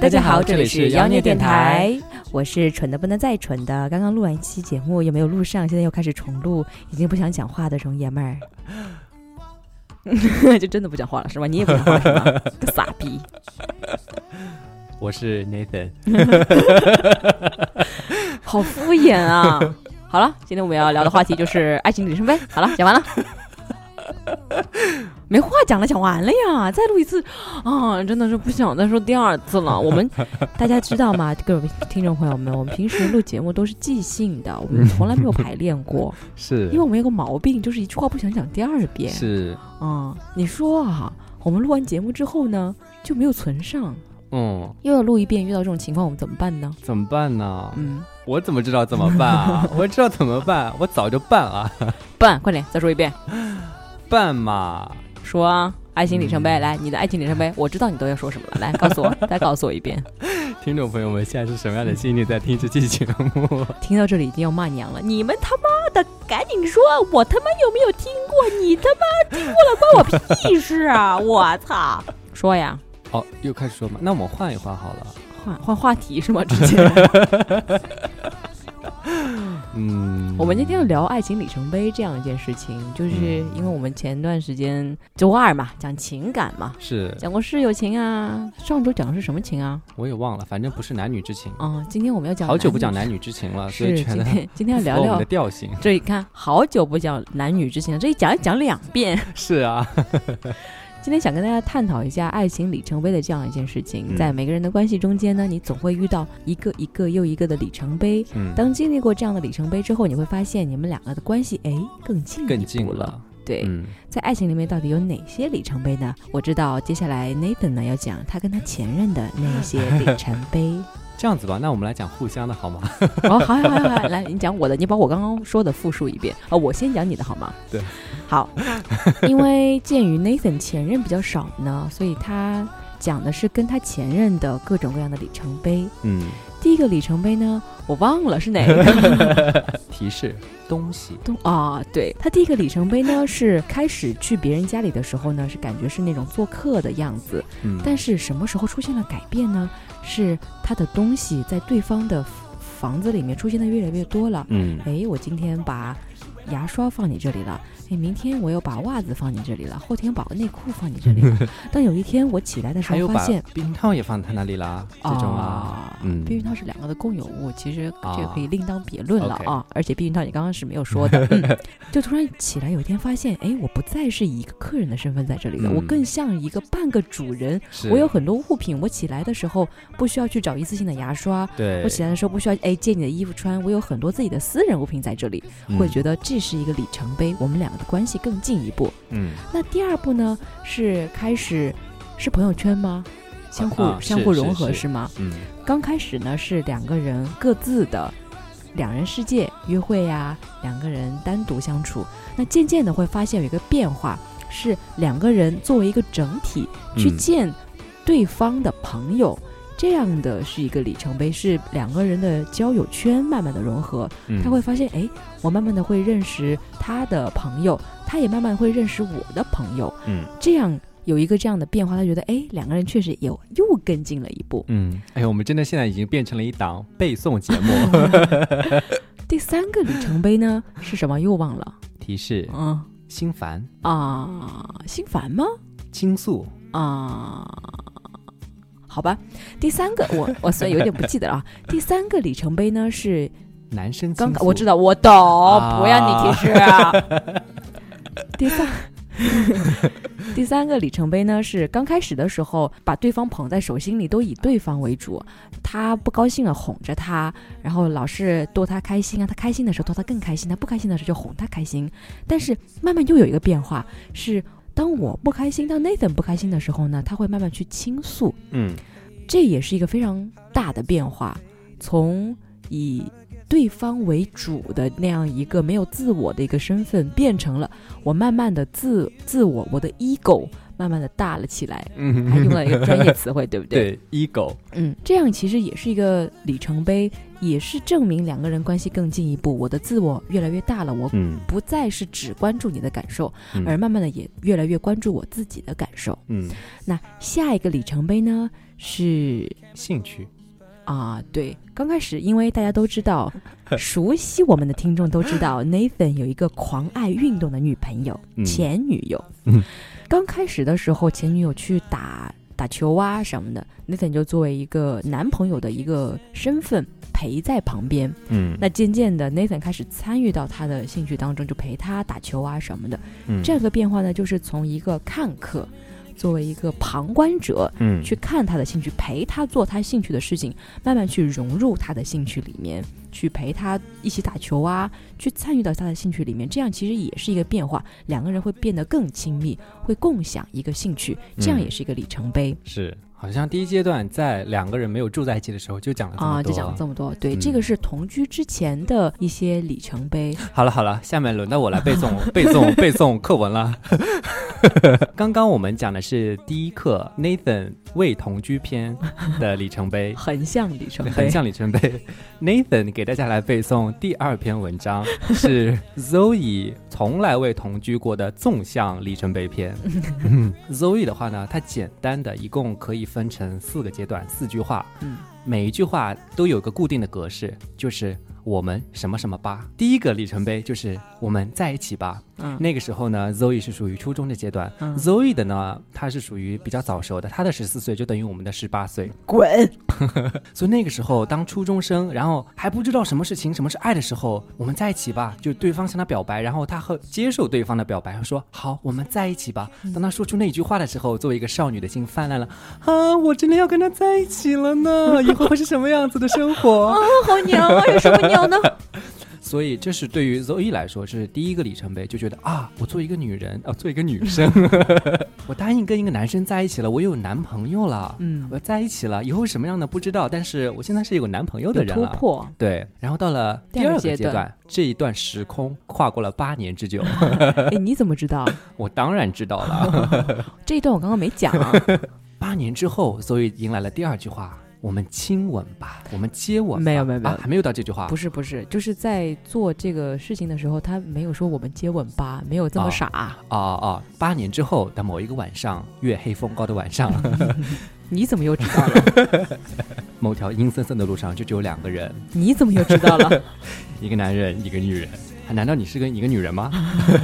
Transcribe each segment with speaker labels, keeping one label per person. Speaker 1: 大家好，这里是妖孽电台。
Speaker 2: 我是蠢的不能再蠢的。刚刚录完一期节目也没有录上，现在又开始重录，已经不想讲话的容爷们 儿， 就真的不讲话了是吧？你也不讲话是 吧？个傻逼！
Speaker 1: 我是 Nathan，
Speaker 2: 好敷衍啊！好了，今天我们要聊的话题就是爱情里程碑。好了， 讲完了，没话讲了，讲完了呀！再录一次啊，真的是不想再说第二次了。我们大家知道 吗？各位听众朋友们，我们平时录节目都是即兴的，我们从来没有排练过，
Speaker 1: 嗯是
Speaker 2: 因为我们有个毛病，就是一句话不想讲第二遍。
Speaker 1: 是，
Speaker 2: 啊、你说啊，我们录完节目之后呢，就没有存上，
Speaker 1: 嗯，
Speaker 2: 又要录一遍，遇到这种情况我们怎么办呢？
Speaker 1: 怎么办呢？
Speaker 2: 嗯，
Speaker 1: 我怎么知道怎么办啊？ 我知道怎么办，我早就办啊，
Speaker 2: 办，快点再说一遍。
Speaker 1: 办嘛。
Speaker 2: 说啊，爱情里程碑，来你的爱情里程碑，我知道你都要说什么 了，来告诉我，再告诉我一 遍。
Speaker 1: 听众朋友们，现在是什么样的心情在听这期节目？
Speaker 2: 听到这里已经要骂娘了，你们他妈的赶紧说，我他妈有没有听过？你他妈听过了关我屁事啊！我操，说呀，
Speaker 1: 哦，又开始说嘛？那我们换一换好了。
Speaker 2: 换换话题是吗？直接，
Speaker 1: 嗯，
Speaker 2: 我们今天要聊爱情里程碑这样一件事情，就是因为我们前段时间周二嘛，讲情感嘛。
Speaker 1: 是
Speaker 2: 讲过室友情啊，上周讲的是什么情啊？
Speaker 1: 我也忘了，反正不是男女之情，
Speaker 2: 啊、今天我们要讲
Speaker 1: 好久不讲
Speaker 2: 男
Speaker 1: 男女之情了，
Speaker 2: 女，
Speaker 1: 所以
Speaker 2: 是
Speaker 1: 觉
Speaker 2: 今
Speaker 1: 得
Speaker 2: 天今天要聊
Speaker 1: 符合我
Speaker 2: 聊
Speaker 1: 们的调性。
Speaker 2: 这你看，好久不讲男女之情了，这一讲一讲两遍。
Speaker 1: 是啊，
Speaker 2: 今天想跟大家探讨一下爱情里程碑的这样一件事情，
Speaker 1: 嗯
Speaker 2: 在每个人的关系中间呢，你总会遇到一个一个又一个的里程碑。
Speaker 1: 嗯，
Speaker 2: 当经历过这样的里程碑之后，你会发现你们两个的关系哎更近一
Speaker 1: 更
Speaker 2: 步
Speaker 1: 近
Speaker 2: 了。
Speaker 1: 了。
Speaker 2: 对，
Speaker 1: 嗯，
Speaker 2: 在爱情里面到底有哪些里程碑呢？我知道接下来 Nathan 呢要讲他跟他前任的那些 里程碑。
Speaker 1: 这样子吧，那我们来讲互相的好吗？
Speaker 2: 哦，好，好，好，好，来，你讲我的，你把我刚刚说的复述一遍啊、我先讲你的好吗？
Speaker 1: 对，
Speaker 2: 好，因为鉴于 Nathan 前任比较少呢，所以他讲的是跟他前任的各种各样的里程碑。
Speaker 1: 嗯，
Speaker 2: 第一个里程碑呢，我忘了是哪个
Speaker 1: 提示东西，
Speaker 2: 东啊、对他第一个里程碑呢是开始去别人家里的时候呢，是感觉是那种做客的样子，
Speaker 1: 嗯，
Speaker 2: 但是什么时候出现了改变呢？是他的东西在对方的房子里面出现的越来越多了。
Speaker 1: 嗯
Speaker 2: 哎，我今天把牙刷放你这里了，哎，明天我又把袜子放你这里了，后天把内裤放你这里 了。当有一天我起来的时
Speaker 1: 还有
Speaker 2: 候，发
Speaker 1: 把
Speaker 2: 现
Speaker 1: 避孕套也放他那里啦，这种啊，
Speaker 2: 啊，
Speaker 1: 嗯
Speaker 2: 避孕套是两个的共有物，其实这个
Speaker 1: 啊
Speaker 2: 可以另当别论了
Speaker 1: OK
Speaker 2: 啊。而且避孕套你刚刚是没有说 的，嗯、就突然起来有一天发现，哎，我不再是以一个客人的身份在这里了，我
Speaker 1: 嗯
Speaker 2: 更像一个半个主人。
Speaker 1: 是
Speaker 2: 我有很多物品，我起来的时候不需要去找一次性的牙刷。
Speaker 1: 对，
Speaker 2: 我起来的时候不需要哎借你的衣服穿，我有很多自己的私人物品在这里，会觉
Speaker 1: 得，
Speaker 2: 得这是一个里程碑，我们两个的关系更进一步。
Speaker 1: 嗯，
Speaker 2: 那第二步呢，是开始是朋友圈吗？相互、
Speaker 1: 啊
Speaker 2: 相
Speaker 1: 是
Speaker 2: 互
Speaker 1: 是
Speaker 2: 融合
Speaker 1: 是
Speaker 2: 吗？
Speaker 1: 嗯
Speaker 2: 刚开始呢是两个人各自的两人世界约会呀、两个人单独相处。那渐渐的会发现有一个变化，是两个人作为一个整体去
Speaker 1: 嗯
Speaker 2: 见对方的朋友。这样的是一个里程碑，是两个人的交友圈慢慢的融合，
Speaker 1: 嗯，
Speaker 2: 他会发现，哎，我慢慢的会认识他的朋友，他也慢慢会认识我的朋友，
Speaker 1: 嗯
Speaker 2: 这样有一个这样的变化，他觉得，哎，两个人确实有又更进了一步。
Speaker 1: 嗯，哎呦，我们真的现在已经变成了一档背诵节目，
Speaker 2: 第三个里程碑呢是什么？又忘了。
Speaker 1: 提示
Speaker 2: 嗯
Speaker 1: 心烦
Speaker 2: 啊，心烦吗？
Speaker 1: 倾诉，
Speaker 2: 啊，好吧。第三个，我 我虽然有点不记得了啊。第三个里程碑呢是
Speaker 1: 男生
Speaker 2: 刚
Speaker 1: 倾
Speaker 2: 刚
Speaker 1: 诉
Speaker 2: 我知，道，我懂，
Speaker 1: 啊
Speaker 2: 不要你提示啊。第三， 第三个里程碑呢是刚开始的时候把对方捧在手心里，都以对方为主，他不高兴了啊哄着他，然后老是逗他开心啊，他开心的时候逗他更开心，他不开心的时候就哄他开心。但是慢慢又有一个变化是。当我不开心，当 Nathan 不开心的时候呢，他会慢慢去倾诉，
Speaker 1: 嗯
Speaker 2: 这也是一个非常大的变化，从以对方为主的那样一个没有自我的一个身份，变成了我慢慢的自自我，我的 ego 慢慢的大了起来，
Speaker 1: 嗯，
Speaker 2: 还用了一个专业词汇，对不对？
Speaker 1: 对 ego，
Speaker 2: 嗯，这样其实也是一个里程碑，也是证明两个人关系更进一步。我的自我越来越大了，我
Speaker 1: 嗯
Speaker 2: 不再是只关注你的感受，
Speaker 1: 嗯
Speaker 2: 而慢慢的也越来越关注我自己的感受。
Speaker 1: 嗯，
Speaker 2: 那下一个里程碑呢是
Speaker 1: 兴趣，
Speaker 2: 啊，对，刚开始因为大家都知 道，熟悉我们的听众都知道，Nathan 有一个狂爱运动的女朋友，
Speaker 1: 嗯
Speaker 2: 前女友。
Speaker 1: 嗯
Speaker 2: 刚开始的时候，前女友去打打球啊什么的，Nathan 就作为一个男朋友的一个身份陪在旁边。
Speaker 1: 嗯
Speaker 2: 那渐渐的，Nathan 开始参与到他的兴趣当中，就陪他打球啊什么的。
Speaker 1: 嗯
Speaker 2: 这个变化呢，就是从一个看客，作为一个旁观者，
Speaker 1: 嗯
Speaker 2: 去看他的兴趣，陪他做他兴趣的事情，慢慢去融入他的兴趣里面，去陪他一起打球啊，去参与到他的兴趣里面，这样其实也是一个变化，两个人会变得更亲密，会共享一个兴趣，这样
Speaker 1: 嗯
Speaker 2: 也是一个里程碑。
Speaker 1: 是，好像第一阶段在两个人没有住在一起的时候就讲了这
Speaker 2: 啊，
Speaker 1: 么
Speaker 2: 就
Speaker 1: 多。
Speaker 2: 讲了这么多，对，
Speaker 1: 嗯
Speaker 2: 这个是同居之前的一些里程碑。，
Speaker 1: 好了好了，下面轮到我来背诵 背诵背诵课文了。 刚刚我们讲的是第一课 Nathan 未同居篇的里程碑
Speaker 2: 横向里程
Speaker 1: 很
Speaker 2: 碑，
Speaker 1: 像里程碑。Nathan 给大家来背诵第二篇文章， 是 Zoe 从来未同居过的纵向里程碑 篇。嗯 Zoe 的话呢，它简单的一共可以分成四个阶段，四句话。
Speaker 2: 嗯
Speaker 1: 每一句话都有个固定的格式，就是我们什么什么吧。第一个里程碑就是我们在一起吧。
Speaker 2: 嗯
Speaker 1: 那个时候呢，Zoe 是属于初中的阶段、
Speaker 2: 嗯
Speaker 1: z o e 的呢，她是属于比较早熟的，她的十四岁就等于我们的十八岁。
Speaker 2: 滚，
Speaker 1: 所以那个时候，当初中生，然后还不知道什么是情，什么是爱的时候，我们在一起吧。就对方向他表白，然后他和接受对方的表白，说好，我们在一起吧。
Speaker 2: 嗯
Speaker 1: 当他说出那句话的时候，作为一个少女的心泛滥了啊！我真的要跟他在一起了呢，以后会是什么样子的生活？
Speaker 2: 好娘啊，有什么娘呢？
Speaker 1: 所以这是对于 Zoe 来说，这是第一个里程碑，就觉得啊，我做一个女人，啊，做一个女生， 我答应跟一个男生在一起了，我有男朋友了。
Speaker 2: 嗯，
Speaker 1: 我在一起了，以后什么样的不知道，但是我现在是有个男朋友的
Speaker 2: 有
Speaker 1: 人啊
Speaker 2: 突
Speaker 1: 了。
Speaker 2: 破，
Speaker 1: 对，然后到了第
Speaker 2: 第二
Speaker 1: 二
Speaker 2: 个
Speaker 1: 个
Speaker 2: 阶
Speaker 1: 阶
Speaker 2: 段
Speaker 1: 段，这一段时空跨过了八年 之久，
Speaker 2: 哎，你怎么知道？
Speaker 1: 我当然知道 了。
Speaker 2: 这一段我刚刚没讲啊。
Speaker 1: 八年之后，所以迎来了第二句话：我们亲吻吧，我们接吻吧。
Speaker 2: 没有没有没有
Speaker 1: 啊还没有到这句话。
Speaker 2: 不是不是，就是在做这个事情的时候，他没有说我们接吻吧，没有这么
Speaker 1: 哦
Speaker 2: 傻。
Speaker 1: 哦哦，八年之后的某一个晚上，月黑风高的晚 上，
Speaker 2: 你怎么又知道了？
Speaker 1: 某条阴森森的路上，就只有两个人，
Speaker 2: 你怎么又知道了？
Speaker 1: 一个男人，一个女人。啊难道你是跟一个女人吗？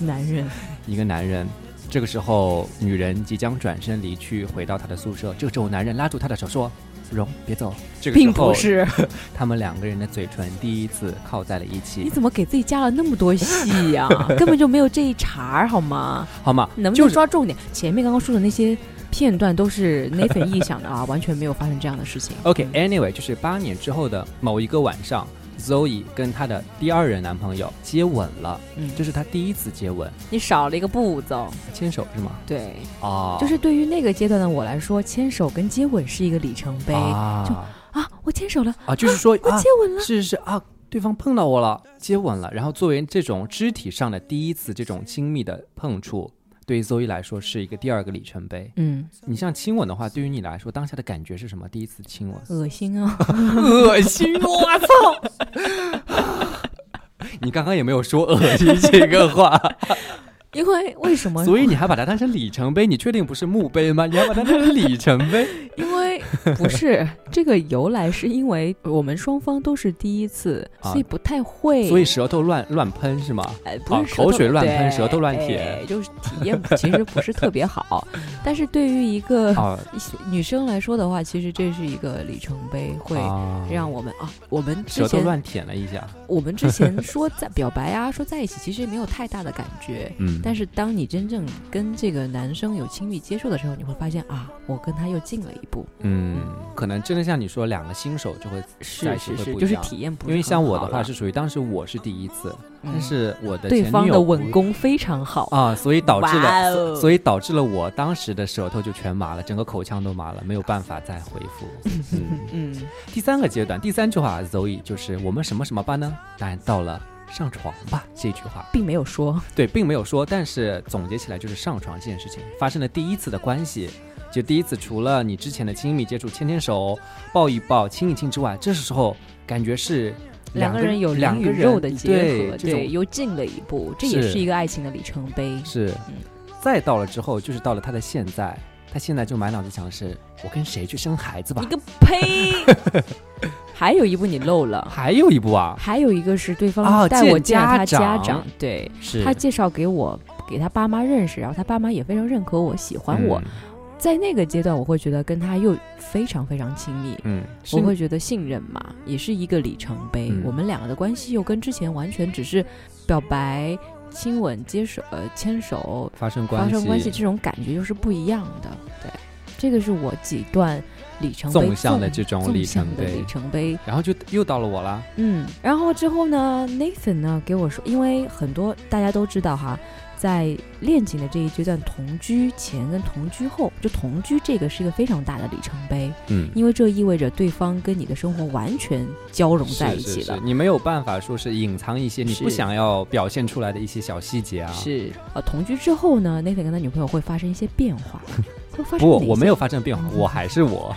Speaker 2: 男人，
Speaker 1: 一个男人。这个时候，女人即将转身离去，回到她的宿舍。这个时候，男人拉住她的手说：“蓉，别走。”这个时
Speaker 2: 并
Speaker 1: 候，
Speaker 2: 不是。
Speaker 1: 他们两个人的嘴唇第一次靠在了一
Speaker 2: 你
Speaker 1: 起，
Speaker 2: 怎么给自己加了那么多戏呀、 根本就没有这一茬儿，好吗？
Speaker 1: 好吗？
Speaker 2: 能不
Speaker 1: 就
Speaker 2: 能
Speaker 1: 是
Speaker 2: 抓重点？前面刚刚说的那些片段都是 Nathan 臆想的啊， 完全没有发生这样的事情。
Speaker 1: OK，Anyway，、就是八年之后的某一个晚上，Zoe 跟她的第二任男朋友接吻了，
Speaker 2: 嗯，
Speaker 1: 这是她第一次接吻，
Speaker 2: 你少了一个步骤，
Speaker 1: 牵手是吗？
Speaker 2: 对，
Speaker 1: 哦，
Speaker 2: 就是对于那个阶段的我来说，牵手跟接吻是一个里程碑啊
Speaker 1: 啊
Speaker 2: 我牵手了，
Speaker 1: 啊，就是说
Speaker 2: 我
Speaker 1: 啊
Speaker 2: 接，吻了，
Speaker 1: 是是啊，对方碰到我了，接吻了，然后作为这种肢体上的第一次这种亲密的碰触。对于 Zoe 来说是一个第二个里程碑。
Speaker 2: 嗯，
Speaker 1: 你像亲吻的话，对于你来说当下的感觉是什么？第一次亲吻，
Speaker 2: 恶心啊。
Speaker 1: 恶心！我操！你刚刚也没有说恶心这个 话，
Speaker 2: 因为为什么？
Speaker 1: 所以你还把它当成里程碑，你确定不是墓碑吗？你还把它当成里程碑？
Speaker 2: 因为不 是这个由来，是因为我们双方都是第一次，
Speaker 1: 啊
Speaker 2: 所以不太会，
Speaker 1: 所以舌头乱乱喷是吗？
Speaker 2: 呃不是
Speaker 1: 啊
Speaker 2: 舌头
Speaker 1: 口水乱
Speaker 2: 对
Speaker 1: 喷舌头乱舔
Speaker 2: 哎就是体验 不其实不是特别 好。但是对于一个
Speaker 1: 啊，
Speaker 2: 女生来说的话，其实这是一个里程碑，会
Speaker 1: 啊
Speaker 2: 让我们啊，我们之
Speaker 1: 舌头
Speaker 2: 前
Speaker 1: 乱舔了一下，
Speaker 2: 我们之 前说在表白啊，说在一起，其实没有太大的感觉。
Speaker 1: 嗯
Speaker 2: 但是当你真正跟这个男生有亲密接触的时候，你会发现啊，我跟他又近了一步。
Speaker 1: 嗯，可能真的像你说，两个新手就会，
Speaker 2: 是
Speaker 1: 在
Speaker 2: 是是，
Speaker 1: 是会不
Speaker 2: 就
Speaker 1: 一
Speaker 2: 是
Speaker 1: 样
Speaker 2: 体验不是
Speaker 1: 因
Speaker 2: 很
Speaker 1: 为像我
Speaker 2: 好
Speaker 1: 的话
Speaker 2: 了
Speaker 1: 是属于当时我是第一次，
Speaker 2: 嗯
Speaker 1: 但是我的
Speaker 2: 对
Speaker 1: 前
Speaker 2: 方
Speaker 1: 女
Speaker 2: 的
Speaker 1: 友
Speaker 2: 稳功非常好，
Speaker 1: 啊，所以导致
Speaker 2: 哇
Speaker 1: 了，
Speaker 2: 哦
Speaker 1: 所以导致了我当时的舌头就全麻了，整个口腔都麻了，没有办法再恢复。嗯，
Speaker 2: 嗯，
Speaker 1: 第三个阶段，第三句话，Zoe 就是我们什么什么班呢？当然到了上床吧”这句话。
Speaker 2: 并没有说，
Speaker 1: 对，并没有说，但是总结起来就是上床这件事情发生了第一次的关系，就第一次除了你之前的亲密接触，牵牵手、抱一抱、亲一亲之外，这时候感觉是
Speaker 2: 两
Speaker 1: 个
Speaker 2: 人有灵
Speaker 1: 两
Speaker 2: 与
Speaker 1: 个
Speaker 2: 肉
Speaker 1: 人
Speaker 2: 的结合，
Speaker 1: 对这种
Speaker 2: 对，又近了一步，这也
Speaker 1: 是
Speaker 2: 是一个爱情的里程碑。
Speaker 1: 是
Speaker 2: 嗯，
Speaker 1: 再到了之后就是到了他的现在，他现在就满脑子想的是我跟谁去生孩子吧
Speaker 2: 你。个呸！ 还有一步你漏了，
Speaker 1: 还有一部啊，
Speaker 2: 还有一个是对
Speaker 1: 哦
Speaker 2: 方带我
Speaker 1: 见
Speaker 2: 见了他
Speaker 1: 家
Speaker 2: 家
Speaker 1: 长
Speaker 2: 长，对
Speaker 1: 是
Speaker 2: 他介绍给我，给他爸妈认识，然后他爸妈也非常认可我，喜欢
Speaker 1: 嗯
Speaker 2: 我。，在那个阶段，我会觉得跟他又非常非常亲密，
Speaker 1: 嗯，嗯是
Speaker 2: 我会觉得信任嘛，也是一个里程碑。
Speaker 1: 嗯
Speaker 2: 我们两个的关系又跟之前完全只是表白、亲吻、接手、呃牵手、
Speaker 1: 发生关
Speaker 2: 发
Speaker 1: 系，
Speaker 2: 生关系这种感觉又是不一样的。对，这个是我几段里程碑
Speaker 1: 纵向的这种
Speaker 2: 纵
Speaker 1: 里
Speaker 2: 向
Speaker 1: 程
Speaker 2: 的
Speaker 1: 碑
Speaker 2: 里，程碑。
Speaker 1: 然后就又到了我啦，
Speaker 2: 嗯，然后之后呢，Nathan 呢给我说，因为很多大家都知道哈，在恋情的这一阶段，同居前跟同居后，就同居这个是一个非常大的里程碑，
Speaker 1: 嗯。
Speaker 2: 因为这意味着对方跟你的生活完全交融在
Speaker 1: 是
Speaker 2: 一起
Speaker 1: 是
Speaker 2: 了
Speaker 1: 是。你没有办法说是隐藏一些你
Speaker 2: 是
Speaker 1: 不想要表现出来的一些小细节啊。
Speaker 2: 是呃，同居之后呢，Nathan 跟他女朋友会发生一些变化， 会发生
Speaker 1: 不，
Speaker 2: 哪
Speaker 1: 我
Speaker 2: 些
Speaker 1: 没有发生变化，
Speaker 2: 嗯
Speaker 1: 我还 是我，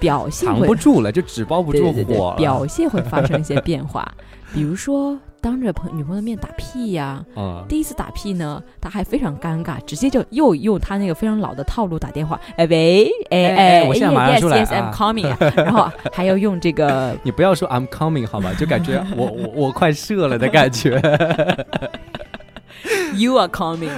Speaker 2: 表现
Speaker 1: 藏
Speaker 2: 会
Speaker 1: 不住了，就纸包不
Speaker 2: 对
Speaker 1: 住
Speaker 2: 对对对
Speaker 1: 火了。
Speaker 2: 表现会发生一些变 化，比如说当着朋女朋友的面打屁呀、
Speaker 1: 嗯，
Speaker 2: 第一次打屁呢，他还非常尴尬，直接就又用他那个非常老的套路打电话，哎喂，哎
Speaker 1: 哎哎我现在马上
Speaker 2: yes
Speaker 1: 出来
Speaker 2: yes I'm
Speaker 1: 啊
Speaker 2: coming，啊然后还要用这个，
Speaker 1: 你不要说 I'm coming 好吗？就 感觉我我我快射了的感觉。
Speaker 2: You are coming，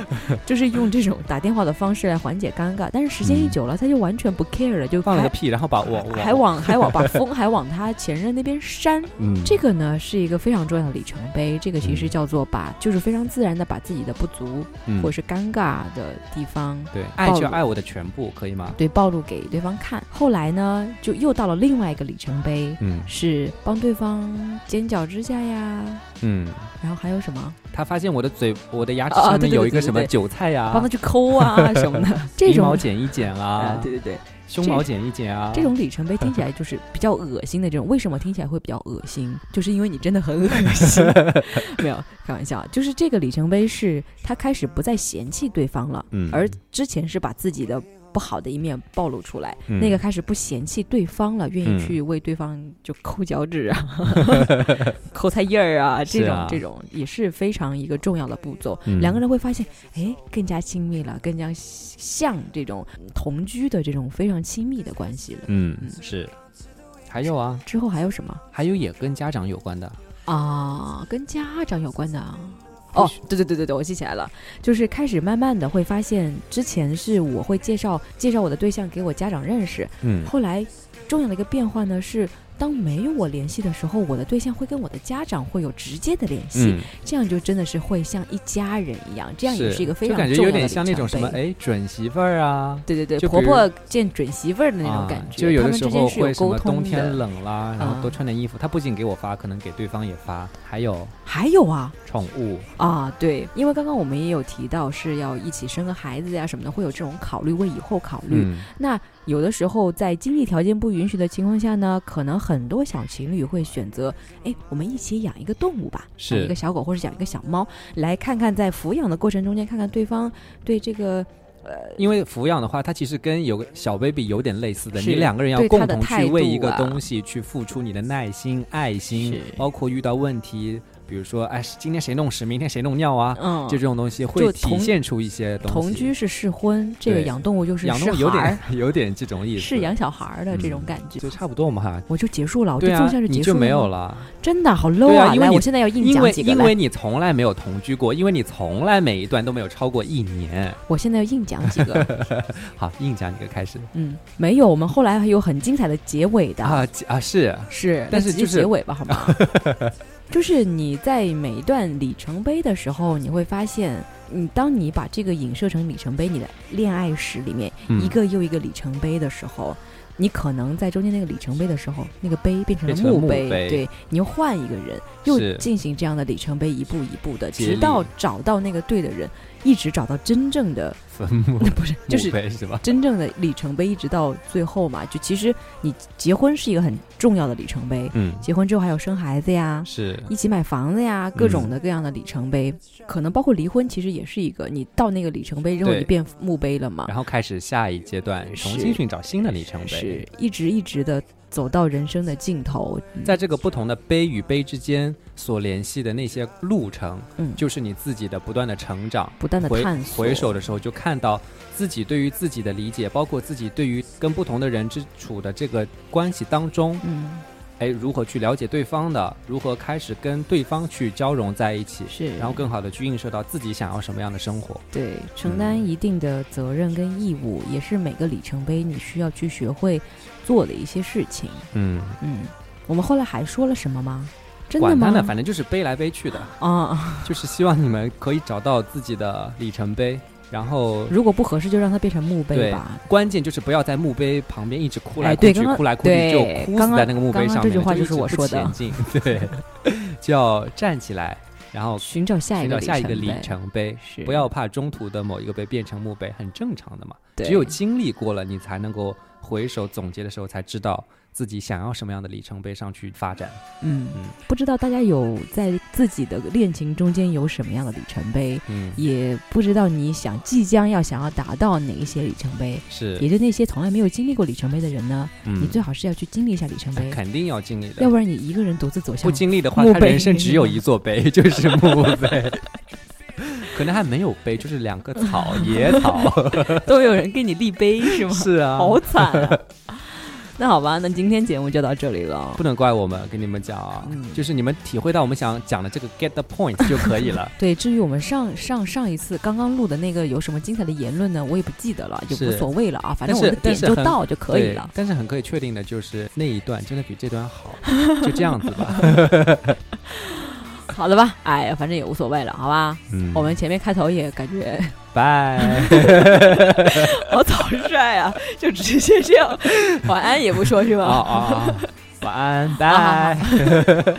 Speaker 2: 就是 用这种打电话的方式来缓解尴尬。但是时间一
Speaker 1: 嗯
Speaker 2: 久了，他就完全不 care 了，就
Speaker 1: 放了个
Speaker 2: 还
Speaker 1: 屁，然后把我我
Speaker 2: 还往还往把风还往他前任那边扇。
Speaker 1: 嗯
Speaker 2: 这个呢是一个非常重要的里程碑，这个其实
Speaker 1: 嗯
Speaker 2: 叫做把，就是非常自然的把自己的不足
Speaker 1: 嗯
Speaker 2: 或者是尴尬的地方
Speaker 1: 对爱就
Speaker 2: 暴露
Speaker 1: 爱我的全部，可以吗？
Speaker 2: 对暴露给对方看。后来呢，就又到了另外一个里程碑，
Speaker 1: 嗯
Speaker 2: 是帮对方剪脚指甲呀，
Speaker 1: 嗯，
Speaker 2: 然后还有什么，
Speaker 1: 他发现我的嘴我的牙齿
Speaker 2: 啊
Speaker 1: 上
Speaker 2: 对
Speaker 1: 面
Speaker 2: 对
Speaker 1: 有
Speaker 2: 对
Speaker 1: 一个
Speaker 2: 对
Speaker 1: 什么
Speaker 2: 对
Speaker 1: 韭菜呀，
Speaker 2: 帮他去抠啊什么 的，这
Speaker 1: 鼻毛
Speaker 2: 种。
Speaker 1: 剪一剪
Speaker 2: 啊
Speaker 1: 啊，，
Speaker 2: 对对对，
Speaker 1: 胸
Speaker 2: 这
Speaker 1: 毛剪一剪啊，
Speaker 2: 这种里程碑听起来就是比较恶心的这种。为什么听起来会比较恶心？就是因为你真的很恶 心。没有开玩笑，啊就是这个里程碑是他开始不再嫌弃对方了，
Speaker 1: 嗯
Speaker 2: 而之前是把自己的不好的一面暴露出来，
Speaker 1: 嗯
Speaker 2: 那个开始不嫌弃对方了，愿
Speaker 1: 嗯
Speaker 2: 意去为对方就抠脚趾 啊、抠菜叶儿啊，这
Speaker 1: 是
Speaker 2: 种、
Speaker 1: 啊
Speaker 2: 这种也是非常一个重要的步骤。
Speaker 1: 嗯
Speaker 2: 两个人会发现，哎，更加亲密了，更加像这种同居的这种非常亲密的关系了。
Speaker 1: 嗯
Speaker 2: 嗯
Speaker 1: 是，还有啊，
Speaker 2: 之后还有什么
Speaker 1: 还有也跟家长有关的，
Speaker 2: 啊？跟家长有关的啊？
Speaker 1: 或
Speaker 2: 哦
Speaker 1: 许，
Speaker 2: 对对对对对，我记起来了，就是开始慢慢的会发现，之前是我会介绍介绍我的对象给我家长认识，
Speaker 1: 嗯
Speaker 2: 后来重要的一个变化呢是，当没有我联系的时候，我的对象会跟我的家长会有直接的联系，
Speaker 1: 嗯，
Speaker 2: 这样就真的是会像一家人一样，这样也是一个非
Speaker 1: 就
Speaker 2: 常
Speaker 1: 感觉
Speaker 2: 重
Speaker 1: 有
Speaker 2: 要的
Speaker 1: 点像那
Speaker 2: 里程
Speaker 1: 种什么
Speaker 2: 碑
Speaker 1: 哎准媳妇儿啊。
Speaker 2: 对对对，
Speaker 1: 就比
Speaker 2: 婆
Speaker 1: 如
Speaker 2: 婆见准媳妇儿的那种
Speaker 1: 啊
Speaker 2: 感觉，
Speaker 1: 就有
Speaker 2: 他
Speaker 1: 的
Speaker 2: 们
Speaker 1: 时
Speaker 2: 之
Speaker 1: 候
Speaker 2: 间是
Speaker 1: 会
Speaker 2: 有
Speaker 1: 什么
Speaker 2: 沟
Speaker 1: 冬
Speaker 2: 通
Speaker 1: 天
Speaker 2: 的。
Speaker 1: 冷啦，然后多
Speaker 2: 啊
Speaker 1: 穿点衣服。他不仅给我发，可能给对方也发。还有
Speaker 2: 还有啊
Speaker 1: 宠物，
Speaker 2: 啊，对，因为刚刚我们也有提到是要一起生个孩子呀、什么的，会有这种考虑，为以后考虑。
Speaker 1: 嗯
Speaker 2: 那有的时候在经济条件不允许的情况下呢，可能很多小情侣会选择，哎，我们一起养一个动物吧，
Speaker 1: 是
Speaker 2: 养一个小狗或者养一个小猫，来看看在抚养的过程中间，看看对方对这个
Speaker 1: 因为抚养的话，它其实跟有个小 baby 有点类似的，
Speaker 2: 是
Speaker 1: 你两个人要
Speaker 2: 对
Speaker 1: 共
Speaker 2: 他的
Speaker 1: 同
Speaker 2: 态
Speaker 1: 去为
Speaker 2: 度
Speaker 1: 一个
Speaker 2: 啊
Speaker 1: 东西去付出你的耐心、爱心
Speaker 2: 是，
Speaker 1: 包括遇到问题，比如说哎，今天谁弄屎，明天谁弄尿啊，
Speaker 2: 嗯
Speaker 1: 就这种东西会
Speaker 2: 就
Speaker 1: 体
Speaker 2: 同
Speaker 1: 现出一些东西。
Speaker 2: 同居是试婚，这个
Speaker 1: 对
Speaker 2: 养动物就是
Speaker 1: 养
Speaker 2: 是
Speaker 1: 动物有
Speaker 2: 孩儿
Speaker 1: 点 有点这种意思，
Speaker 2: 是养哦小孩儿的这种
Speaker 1: 嗯
Speaker 2: 感觉。
Speaker 1: 就差不多嘛哈。
Speaker 2: 我就结束了，我就
Speaker 1: 对
Speaker 2: 纵
Speaker 1: 啊
Speaker 2: 向是，
Speaker 1: 你
Speaker 2: 结束
Speaker 1: 就
Speaker 2: 了
Speaker 1: 没有
Speaker 2: 吗
Speaker 1: 了，
Speaker 2: 真的好
Speaker 1: 对
Speaker 2: low
Speaker 1: 啊因为
Speaker 2: 来，
Speaker 1: 你
Speaker 2: 我现在要硬
Speaker 1: 因
Speaker 2: 讲
Speaker 1: 为
Speaker 2: 几个
Speaker 1: 因
Speaker 2: 来
Speaker 1: 为，你从来没有同居过，因为你从来每一段都没有超过一年。
Speaker 2: 我现在要硬讲几 个，
Speaker 1: 好，硬讲一个开始
Speaker 2: 嗯，没有，我们后来还有很精彩的结尾的，
Speaker 1: 啊啊是，
Speaker 2: 是，
Speaker 1: 但
Speaker 2: 那
Speaker 1: 是
Speaker 2: 直接
Speaker 1: 就是
Speaker 2: 结尾吧，好吗？ 就是你在每一段里程碑的时候，你会发现，你当你把这个影射成里程碑，你的恋爱史里面
Speaker 1: 嗯
Speaker 2: 一个又一个里程碑的时候，你可能在中间那个里程碑的时候，那个碑变成了
Speaker 1: 变成了墓
Speaker 2: 碑，
Speaker 1: 碑
Speaker 2: 对你又换一个人，又
Speaker 1: 是嗯
Speaker 2: 进行这样的里程碑一步一步的，
Speaker 1: 接
Speaker 2: 直
Speaker 1: 力
Speaker 2: 到找到那个对的人，一直找到真正的，
Speaker 1: 坟墓
Speaker 2: 不是就是
Speaker 1: 墓碑是吧？
Speaker 2: 真正的里程碑，一直到最后嘛。就其实你结婚是一个很重要的里程碑，
Speaker 1: 嗯，
Speaker 2: 结婚之后还有生孩子呀，
Speaker 1: 是嗯
Speaker 2: 一起买房子呀，各种的各样的里程碑，可能包括离婚，其实也是一个你到那个里程碑之后，
Speaker 1: 对
Speaker 2: 你变墓碑了嘛，
Speaker 1: 然后开始下一阶段，
Speaker 2: 是
Speaker 1: 重新寻找新的里程
Speaker 2: 是
Speaker 1: 碑。
Speaker 2: 一直一直的走到人生的尽头。
Speaker 1: 在这个不同的碑与碑之间所联系的那些路程，
Speaker 2: 嗯
Speaker 1: 就是你自己的不断的成长。
Speaker 2: 不断的
Speaker 1: 回
Speaker 2: 探索，
Speaker 1: 回首的时候，就看到自己对于自己的理解，包括自己对于跟不同的人之处的这个关系当中，
Speaker 2: 嗯，
Speaker 1: 哎，如何去了解对方的，如何开始跟对方去交融在一起，
Speaker 2: 是，
Speaker 1: 然后更好的去映射到自己想要什么样的生活。
Speaker 2: 对承担
Speaker 1: 嗯
Speaker 2: 一定的责任跟义务，也是每个里程碑你需要去学会做的一些事情。
Speaker 1: 嗯，
Speaker 2: 嗯，我们后来还说了什么吗？真的
Speaker 1: 管他
Speaker 2: 吗？
Speaker 1: 呢，反正就是背来背去的，
Speaker 2: 啊，
Speaker 1: 就是希望你们可以找到自己的里程碑，然后
Speaker 2: 如果不合适就让它变成墓碑
Speaker 1: 对
Speaker 2: 吧。
Speaker 1: 关键就是不要在墓碑旁边一直哭来
Speaker 2: 哎
Speaker 1: 哭
Speaker 2: 对
Speaker 1: 去，
Speaker 2: 刚刚
Speaker 1: 哭来哭
Speaker 2: 对
Speaker 1: 去，就哭
Speaker 2: 刚
Speaker 1: 死
Speaker 2: 刚
Speaker 1: 在那个墓碑
Speaker 2: 刚刚
Speaker 1: 上
Speaker 2: 这
Speaker 1: 面了。
Speaker 2: 句话
Speaker 1: 就
Speaker 2: 就是我
Speaker 1: 一直
Speaker 2: 说
Speaker 1: 不
Speaker 2: 的
Speaker 1: 前进，对，就要站起来，然后
Speaker 2: 寻找下一
Speaker 1: 寻
Speaker 2: 个
Speaker 1: 找
Speaker 2: 里
Speaker 1: 下一个
Speaker 2: 程
Speaker 1: 里
Speaker 2: 碑
Speaker 1: 程碑，
Speaker 2: 是
Speaker 1: 不要怕中途的某一个碑变成墓碑，很正常的嘛。
Speaker 2: 对
Speaker 1: 只有经历过了，你才能够回首总结的时候，才知道自己想要什么样的里程碑上去发展。
Speaker 2: 嗯
Speaker 1: 嗯，
Speaker 2: 不知道大家有在自己的恋情中间有什么样的里程碑，
Speaker 1: 嗯，
Speaker 2: 也不知道你想即将要想要达到哪一些里程碑。
Speaker 1: 是
Speaker 2: 也，就那些从来没有经历过里程碑的人呢，
Speaker 1: 嗯
Speaker 2: 你最好是要去经历一下里程
Speaker 1: 哎
Speaker 2: 碑，
Speaker 1: 肯定要经历的，
Speaker 2: 要不然你啊一个人独自走
Speaker 1: 不
Speaker 2: 向。
Speaker 1: 经历的话，
Speaker 2: 墓
Speaker 1: 他
Speaker 2: 碑
Speaker 1: 人生只有一座碑， 就是墓碑。可能还没有碑，就是两个 草，野草。
Speaker 2: 都有人给你立碑 是吗
Speaker 1: 是啊，
Speaker 2: 好惨啊！ 那好吧，那今天节目就到这里了
Speaker 1: 不。能怪我们，跟你们讲啊，
Speaker 2: 嗯
Speaker 1: 就是你们体会到我们想讲的这个 get the point 就可以了。
Speaker 2: 对，至于我们上上上一次刚刚录的那个有什么精彩的言论呢，我也不记得了，也无
Speaker 1: 是
Speaker 2: 所谓了啊，反
Speaker 1: 但
Speaker 2: 正我们
Speaker 1: 是
Speaker 2: 的点
Speaker 1: 但是
Speaker 2: 就
Speaker 1: 很
Speaker 2: 到就 可以
Speaker 1: 对
Speaker 2: 了。
Speaker 1: 但是很可以确定的就是那一段真的比这段 好，就这样子吧。
Speaker 2: 好了吧，哎呀，反正也无所谓了，好吧。
Speaker 1: 嗯
Speaker 2: 我们前面开头也感觉
Speaker 1: 拜。
Speaker 2: 好草率啊，就直接这样，晚安也不说是吧？
Speaker 1: 啊啊啊！晚安，
Speaker 2: 啊好
Speaker 1: 拜。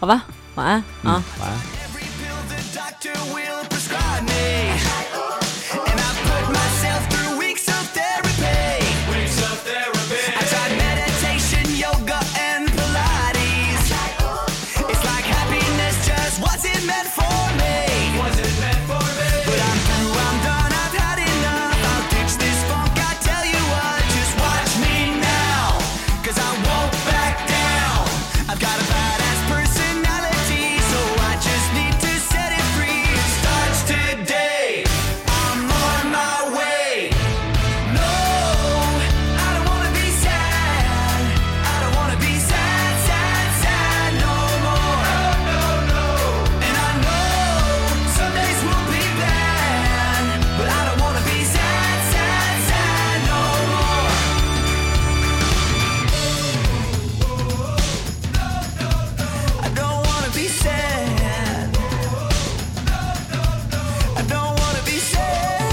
Speaker 2: 好吧，晚安
Speaker 1: 嗯
Speaker 2: 啊。，
Speaker 1: 晚安。
Speaker 3: Every pill the doctor will prescribe me. And I put myself through weeks of therapy. Weeks of therapy. I tried meditation, yoga, and Pilates. It's like happiness just wasn't meant for me. Wasn't meant for me. But I'm through, I'm done, I've had enough. I'll ditch this funk, I tell you what, just watch me now. Cause I won't back down. I've got a badass personality, so I just need to set it free. It starts today. I'm on my way. No, I don't wanna be sad. I don't wanna be sad, sad, sad no more. No, no, And I know some days will be bad, but I don't wanna be sad, sad, sad no more. I don't wanna be sad. I don't wanna be sad.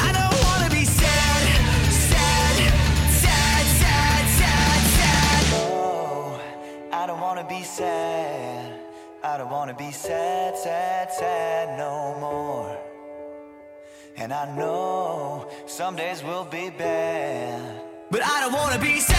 Speaker 3: I don't wanna be sad, sad, sad, sad, sad, sad. Oh, I don't wanna be sad. I don't wanna be sad, sad, sad no more. And I know some days will be bad, but I don't wanna be sad.